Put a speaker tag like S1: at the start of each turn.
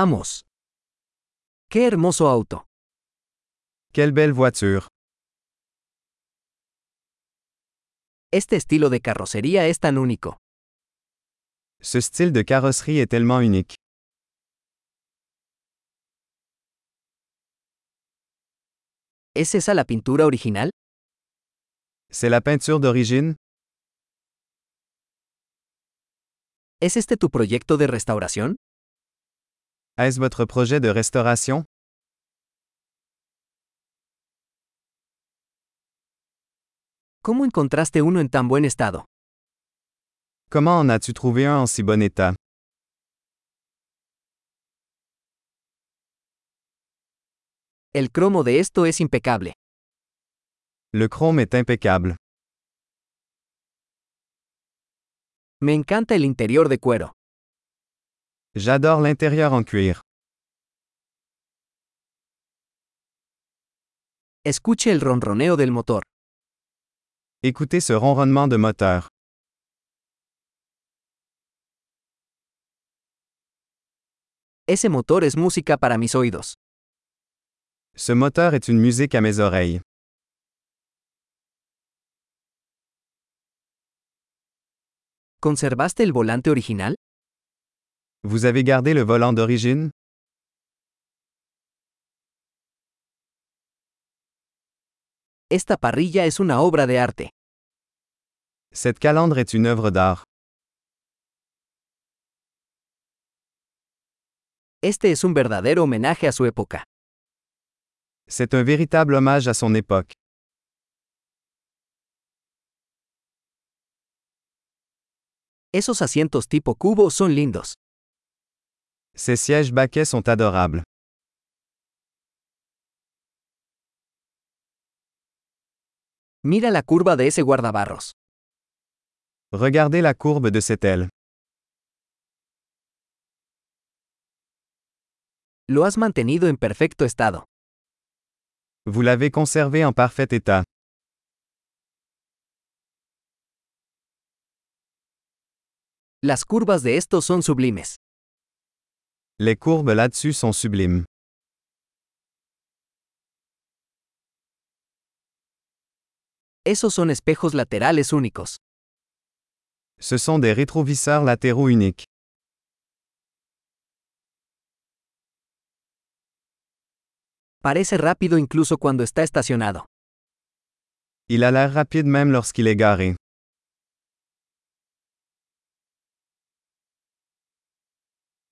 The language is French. S1: Vamos. Qué hermoso auto.
S2: Quelle belle voiture.
S1: Este estilo de carrocería es tan único.
S2: Ce style de carrosserie est tellement unique.
S1: ¿Es esa la pintura original?
S2: C'est la peinture d'origine?
S1: ¿Es este tu proyecto de restauración?
S2: Est-ce votre projet de restauration?
S1: ¿Cómo encontraste uno en tan buen estado?
S2: Comment en as-tu trouvé un en si bon état?
S1: El cromo de esto es impecable.
S2: Le chrome est impeccable.
S1: Me encanta el interior de cuero.
S2: J'adore l'intérieur en cuir.
S1: Escuche el ronroneo del motor.
S2: Écoutez ce ronronnement de moteur.
S1: Ese motor es música para mis oídos.
S2: Ce moteur est une musique à mes oreilles.
S1: ¿Conservaste el volante original?
S2: Vous avez gardé le volant d'origine?
S1: Esta parrilla es una obra de arte.
S2: Cette calandre est une œuvre d'art.
S1: Este es un verdadero homenaje a su época.
S2: C'est un véritable hommage à son époque.
S1: Esos asientos tipo cubo son lindos.
S2: Ces sièges baquets sont adorables.
S1: Mira la curva de ese guardabarros.
S2: Regardez la courbe de cette aile.
S1: Lo has mantenido en perfecto estado.
S2: Vous l'avez conservé en parfait état.
S1: Las curvas de estos son sublimes.
S2: Les courbes là-dessus sont sublimes.
S1: Esos son espejos laterales únicos.
S2: Ce sont des rétroviseurs latéraux uniques.
S1: Parece rápido incluso cuando está estacionado.
S2: Il a l'air rapide même lorsqu'il est garé.